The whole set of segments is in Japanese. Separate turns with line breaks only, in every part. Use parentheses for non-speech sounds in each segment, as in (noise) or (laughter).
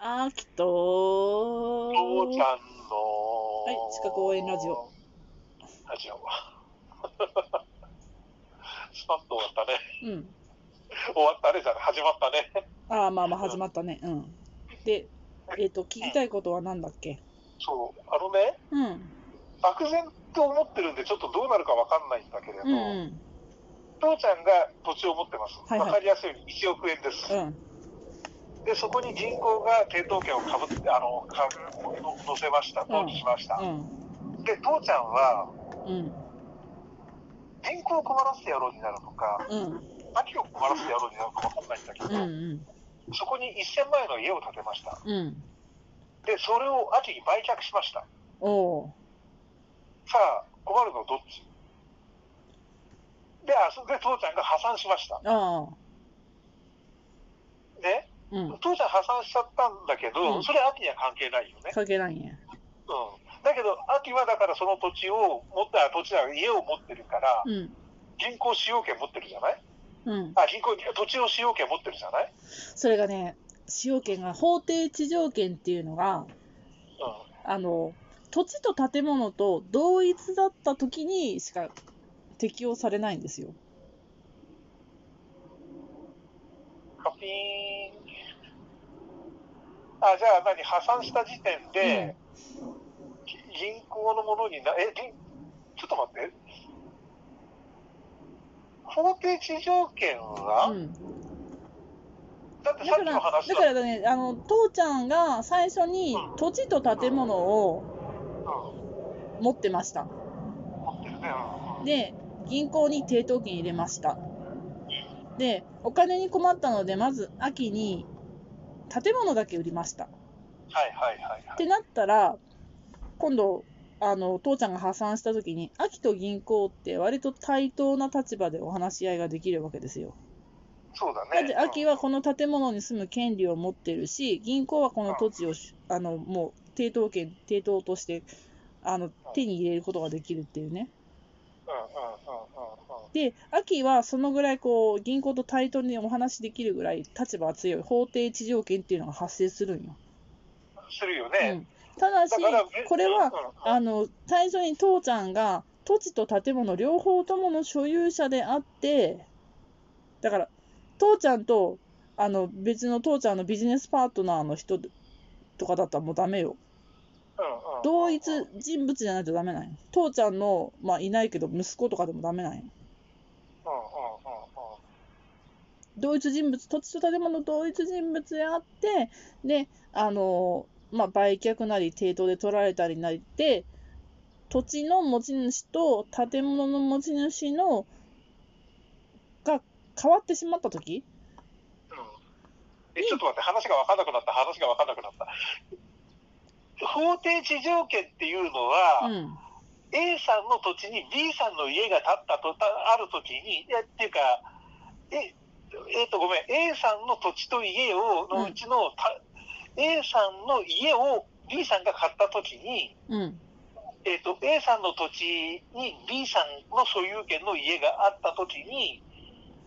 あきと
父ちゃんの、
い近く応援ラジオ。
ラジオ。 (laughs) スパッと終わったね。
うん。
終わったねじゃない、始まったね。
ああ、まあまあ始まったね。うん。で、えっ、と、聞きたいことは何だっけ
そう、あのね、
うん。
漠然と思ってるんで、ちょっとどうなるかわかんないんだけれど、
うんうん。
父ちゃんが土地を持ってます。
はいはい
わかりやすいように1億円です。
うん。
で、そこに銀行が抵当権をかぶって、あの、かぶの乗せました、
ん
投にしました。
うん。
で、父ちゃんは、
うん。
銀行を困らせてやろうになるのか、
うん。
何を困らせてやろうになるのかわかんないんだけど、
うん。
そこに1000万円の家を建てました。
うん。うん。
で、それを秋に売却しました。
おう。
さあ、困るのどっちで、あそで父ちゃんが破産しました。
ああ。
ね、
うん。
父ちゃん破産しちゃったんだけど、
うん
それ秋には関係ないよね。
関係ないんや。
うん、だけど、秋はだからその土地を持った、あ土地だ、家を持ってるから、
うん。
銀行使用権持ってるじゃない
うん。
あ、銀行、土地を使用権持ってるじゃない、
それがね、使用権が、法定地上権っていうのが、
う
あの、土地と建物と同一だった時にしか適用されないんですよ。
ん、カピーン。あ、じゃあ何、破産した時点で、ぎ銀行のものにな、え、銀ちょっと待って。法定地上権は、
うん。
だって
だ
さ
か
っきの
ら、
話
だ
だ
からね、あの、父ちゃんが最初に土地と建物を
うん
持ってました。
持ってるね。うん
で、銀行に抵当権入れました。で、お金に困ったので、まず秋に建物だけ売りました。っ
はいはいはいはい。
てなったら、今度、あの、父ちゃんが破産した時に、秋と銀行って割と対等な立場でお話し合いができるわけですよ。
そうだ
だっ
ね。
て秋はこの建物に住む権利を持ってるし、銀行はこの土地をし、あの、もう、抵当権、抵当として、あの、手に入れることができるっていうね。
うんうんうんうんうん。
で、秋はそのぐらい、こう、銀行と対等にお話しできるぐらい立場は強い。法定地上権っていうのが発生するんよ。
するよ
う
ね。
ん。ただし
だから、
これ
うん
は、
うんうん
あの、最初に父ちゃんが、土地と建物両方ともの所有者であって、だから、父ちゃんと、あの、別の父ちゃんのビジネスパートナーの人とかだったらもうダメよ。
うんうん
同一人物じゃないとダメなんよ。父ちゃんの、まあ、いないけど、息子とかでもダメなんよ。
うんうんうんうん
同一人物、土地と建物の同一人物であって、で、あの、まあ、売却なり、抵当で取られたりなりで、土地の持ち主と建物の持ち主の、が変わってしまったとき
え、ちょっと待って、話が分かんなくなった、話が分かんなくなった。法定地上権っていうのは、
うん。
A さんの土地に B さんの家が建ったとたあるときに、いやっていうか、ええっと、ごめん、A さんの土地と家を、のうちの、た A さんの家を B さんが買ったときに、
うん。
えっと、A さんの土地に B さんの所有権の家があったときに、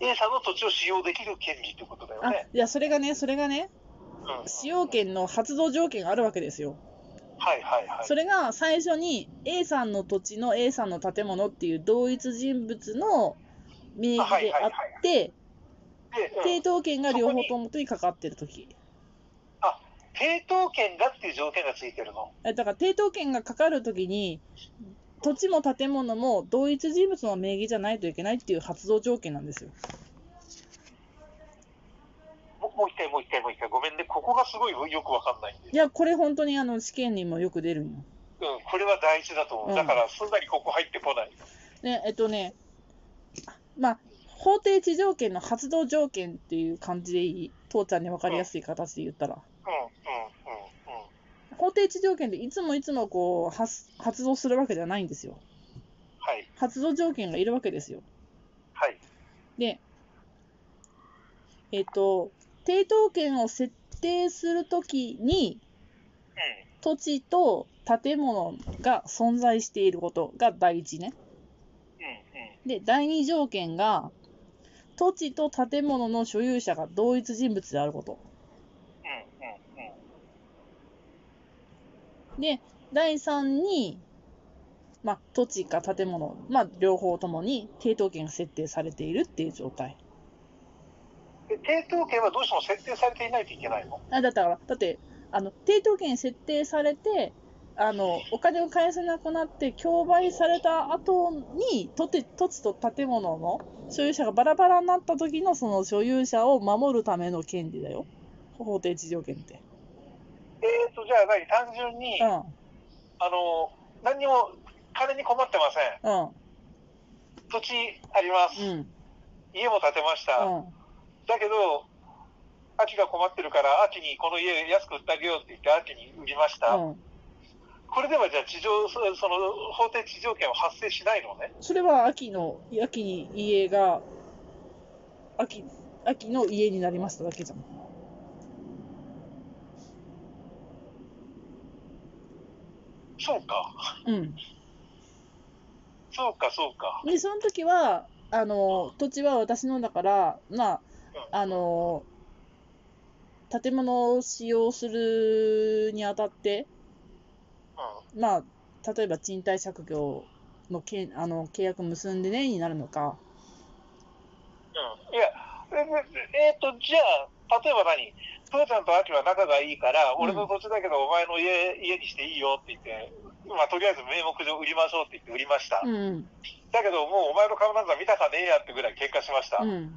A さんの土地を使用できる権利ってことだよ
あ、
ね。
いや、それがね、それがね、
うん
使用権の発動条件があるわけですよ。
はいはいはい。
それが最初に A さんの土地の A さんの建物っていう同一人物の名義であ
あはいはいは
っ
い
て、
で、うん
抵当権が両方ともにかかってるとき。
抵当権がっていう条件がついてるの。
えだから抵当権がかかるときに、土地も建物も同一人物の名義じゃないといけないっていう発動条件なんですよ。
ももう一回、もう一回、もう一回。ごめんね。ここがすごいよくわかんないんで。
いや、これ本当にあの試験にもよく出るんよ。
うん、これは大事だと思う。
うん
だから、すんなりここ入ってこない。
ね、えっとね、まあ、法定地上権の発動条件っていう感じでいい。父ちゃんに分かりやすい形で言ったら。
うん、うん、うん、うん。
法定地上権っていつもいつもこう発発動するわけじゃないんですよ。
はい、
発動条件がいるわけですよ。
はい。
で、えっと、抵当権を設定するときに、
う
土地と建物が存在していることが第一ね。
ん、うん、
で、第二条件が、土地と建物の所有者が同一人物であること。
うん、うん、うん、うん。
で、第3に、まあ、土地か建物、まあ、両方ともに抵当権が設定されているっていう状態。
で抵当権はどうしても設定されていないといけないの
あだから、だって、あの、抵当権設定されて、あの、お金を返せなくなって、競売された後に、土地土地と建物の所有者がバラバラになった時のその所有者を守るための権利だよ。法定地上権って。
えーと、じゃあ何単純に、
う
あの、何にも金に困ってません。
ん、うん、
土地あります。
うん、うん。
家も建てました。だけど、秋が困ってるから、秋にこの家安く売ってあげようって言って、秋に売りました。
うん
これではじゃあ地上、そその法定地上権は発生しないのね。
それは秋の、秋に家が、秋、秋の家になりましただけじゃん。
そうか。
うん。
そうか、そうか。
で、その時は、あの、土地は私のだから、まあ、あの、建物を使用するにあたって、
う
まあ、例えば賃貸借業のけあの契約結んでね、になるのか。
ん。うん。いや、えええーと、じゃあ、例えば何父ちゃんと秋は仲がいいから、
うん
俺の土地だけどお前の家家にしていいよって言って、まあ、とりあえず名目上売りましょうって言って売りました。
うん、
だけど、もうお前の顔なんか見たかねえやってぐらい喧嘩しました。
うん、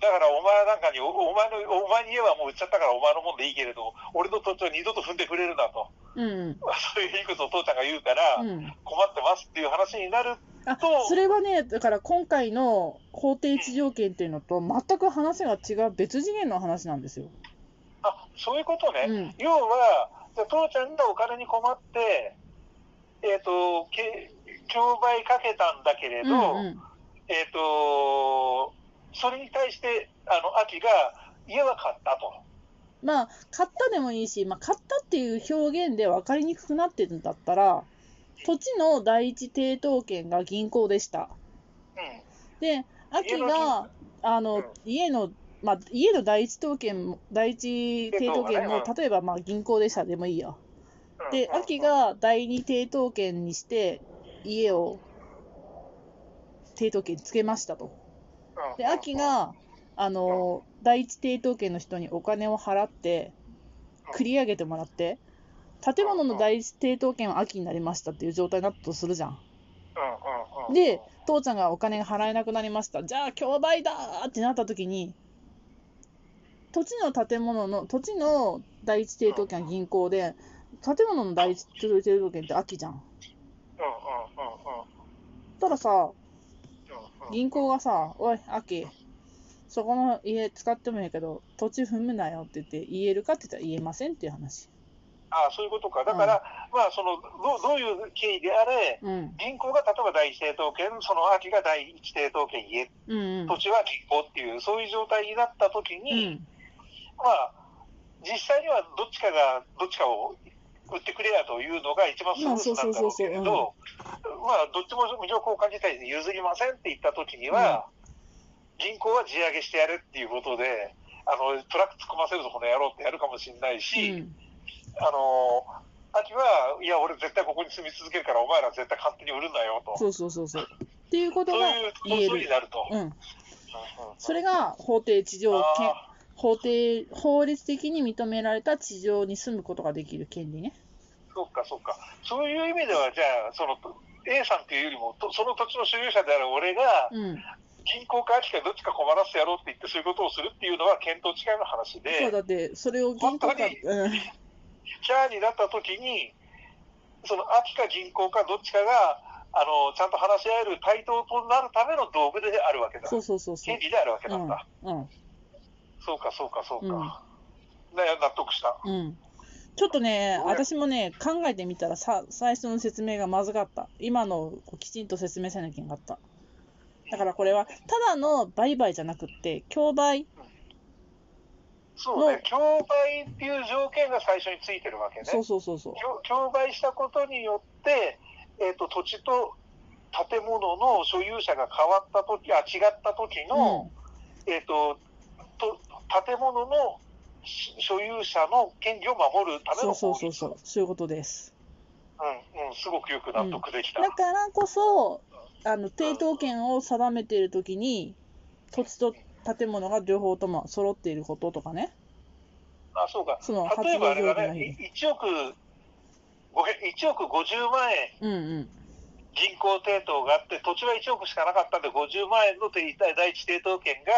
だからお前なんかにお、お前の、お前に家はもう売っちゃったからお前のもんでいいけれど、俺の土地を二度と踏んでくれるなと、
うん、
そういういいことを父ちゃんが言うから、
うん。
困ってますっていう話になる。
あ
と
それはね、だから今回の法定地上権っていうのと全く話が違う別次元の話なんですよ。
あ、そういうことね。
うん、
要は、じゃあ父ちゃんがお金に困って、えっ、と、け競売かけたんだけれ
う
ど、
ん、うん、
えっ、と、それに対して、あの、秋が、家は買ったと。
まあ、買ったでもいいし、まあ、買ったっていう表現で分かりにくくなってるんだったら、土地の第一抵当権が銀行でした。
うん。
で、秋
家の銀
が、あの、
うん
家の、まあ、家の第一当権も、第一抵当権
抵当
も
がね、
例えばまあ銀行でしたでもいいや。
うん
で、秋、が第二抵当権にして、家を抵当権つけましたと。
うん
で、秋、が、あの、第一抵当権の人にお金を払って、繰り上げてもらって、建物の第一抵当権は秋になりましたっていう状態になったとするじゃん。
うんうんうんうん
で、父ちゃんがお金が払えなくなりました。じゃあ、競売だーってなった時に、土地の建物の、土地の第一抵当権は銀行で、建物の第一抵当権って秋じゃん。
うんうんうんうん
たらさ、
うんうん
銀行がさ、おい、秋、そこの家使ってもいいけど、土地踏むなよって言って、言えるかって言ったら言えませんっていう話。
ああそういうことか、だから、まあそのどうどういう経緯であれ、
うん。
銀行が例えば第一抵当権、その秋が第一抵当権、家、
うん、うん。
土地は銀行っていう、そういう状態になったとき
う
に、
ん。
まあ、実際にはどっちかが、どっちかを売ってくれやというのが一番スムーズなんだろうけれ
まあそ
ど、まあ、どっちも魅力を感じたり、譲りませんって言ったときには、銀行は地上げしてやれっていうことで、あのトラック突っ込ませるぞ、この野郎ってやるかもしれないし。
うん。
あの秋は、いや、俺絶対ここに住み続けるから、お前ら絶対勝手に売るなよと。
そうそうそうそう。っていうこと
そう
が
いう
言え
ことに
る。
なると。
うん。
うんうん
それが法定地上権。
あ
法定、法律的に認められた地上に住むことができる権利ね。
ーそっかそっか。そういう意味では、じゃあ、その A さんっていうよりも、とその土地の所有者である俺が、
うん。
銀行か秋かどっちか困らせてやろうって言って、そういうことをするっていうのは、見当違いの話で、
そうだって、それを銀行か
本当に、
うん。
キャーになった時に、その秋か銀行かどっちかが、あのちゃんと話し合える対等となるための道具であるわけだ
そ。うそうそうそう
権。利であるわけなんだ。
うん。
そうか、そうか、そうか。ね納得した。
うん。うん。ちょっとね、
俺
私もね、考えてみたらさ、最初の説明がまずかった。今のをきちんと説明せなきゃいけなかった。だからこれは、ただの売買じゃなくって、競売。
そうね
の、
競売っていう条件が最初についてるわけね。
そうそうそうそう。
競競売したことによって、えっと土地と建物の所有者が変わったとき、あ違ったときの、えっとと建物のし所有者の権利を守るため
そ
の
うそ
法
うそう
律
そう。そういうことです。
うん、うん、すごくよく納得できた。
だからこそ、あの、抵当権を定めているときに、土地と建物が両方とも揃っていることとかね。
あ、そうか。
その、
例えばあれ
発
だ
情条
ね
件、
い1億、ごへん1億50万
う
円
んうん。
銀行抵当があって、土地は1億しかなかったんで、50万円の抵第一抵当権が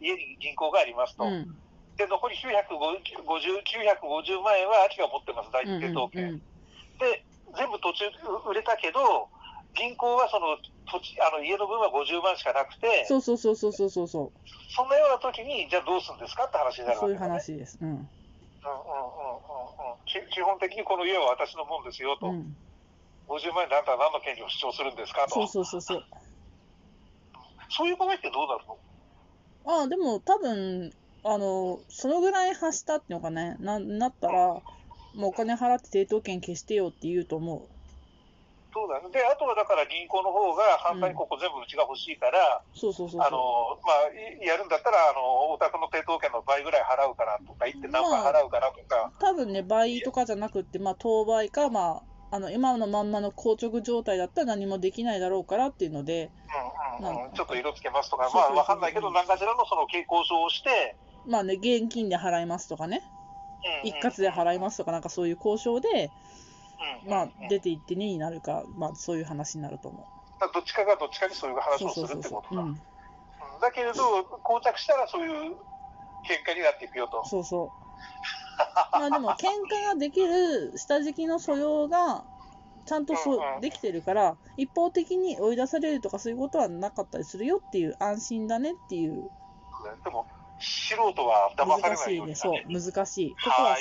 家に銀行がありますと、
うん。
で残り950 950万円は秋が持ってます、第
うん
一
う
抵
ん
当
う
権。
ん。
で、全部土地う売れたけど、銀行はその土地あの家の分は50万しかなくて、
そうそうそうそうそうそうそ
そんなような時に、じゃあどうするんですかって話に
う
なるわ
そう
け
いう
だね
話です。うん。
うんうんうんうんうんき基本的にこの家は私のもんですよと、
うん。
50万円であんたは何の権利を主張するんですか
そ
と、そう
うそうそうそう。
いう場合ってどうなるの
ああ、でも多分、あの、そのぐらい発したっていうのかね、な、なったら、もうお金払って抵当権消してよって言うと思う。
そうだね、であとはだから銀行の方が反対にここ全部うちが欲しいから、
そうそうそう
あ
そう。
のまあ、いやるんだったらあの、お宅の抵当権の倍ぐらい払うからとか、1.7
まあ
払うからとか、
多分ね、倍とかじゃなくって、まあ、当倍か、まあ、あの、今のまんまの硬直状態だったら何もできないだろうからっていうので、
うんうん
ま
うん
あ
ちょっと色つけますとか、
そうそ
ま
う
あ、
そう
わかんないけど、何かしらのその傾向上をして、
まあね、現金で払いますとかね、
うん
一括で払いますとか、なんかそういう交渉で、
うんうん
まあ
うん、
出ていって2になるか、まあ、そういう話になると思
だからどっちかがどっちかにそういう
う。
話
そう
をす
そう
る
そ
っ
う
て
そ
こと
う。う
だ。
ん。
うんだけれど、膠着したらそういう結果になっていくよと。
そう (laughs) そう。まあでも、喧嘩ができる下敷きの素養が、ちゃんとそう
うんうん
できてるから、一方的に追い出されるとかそういうことはなかったりするよっていう、安心だねっていう、
でも、素人は騙さ
難
れな
し
い
い
ように
ね。
だ
そう
ね、
難しい。ここは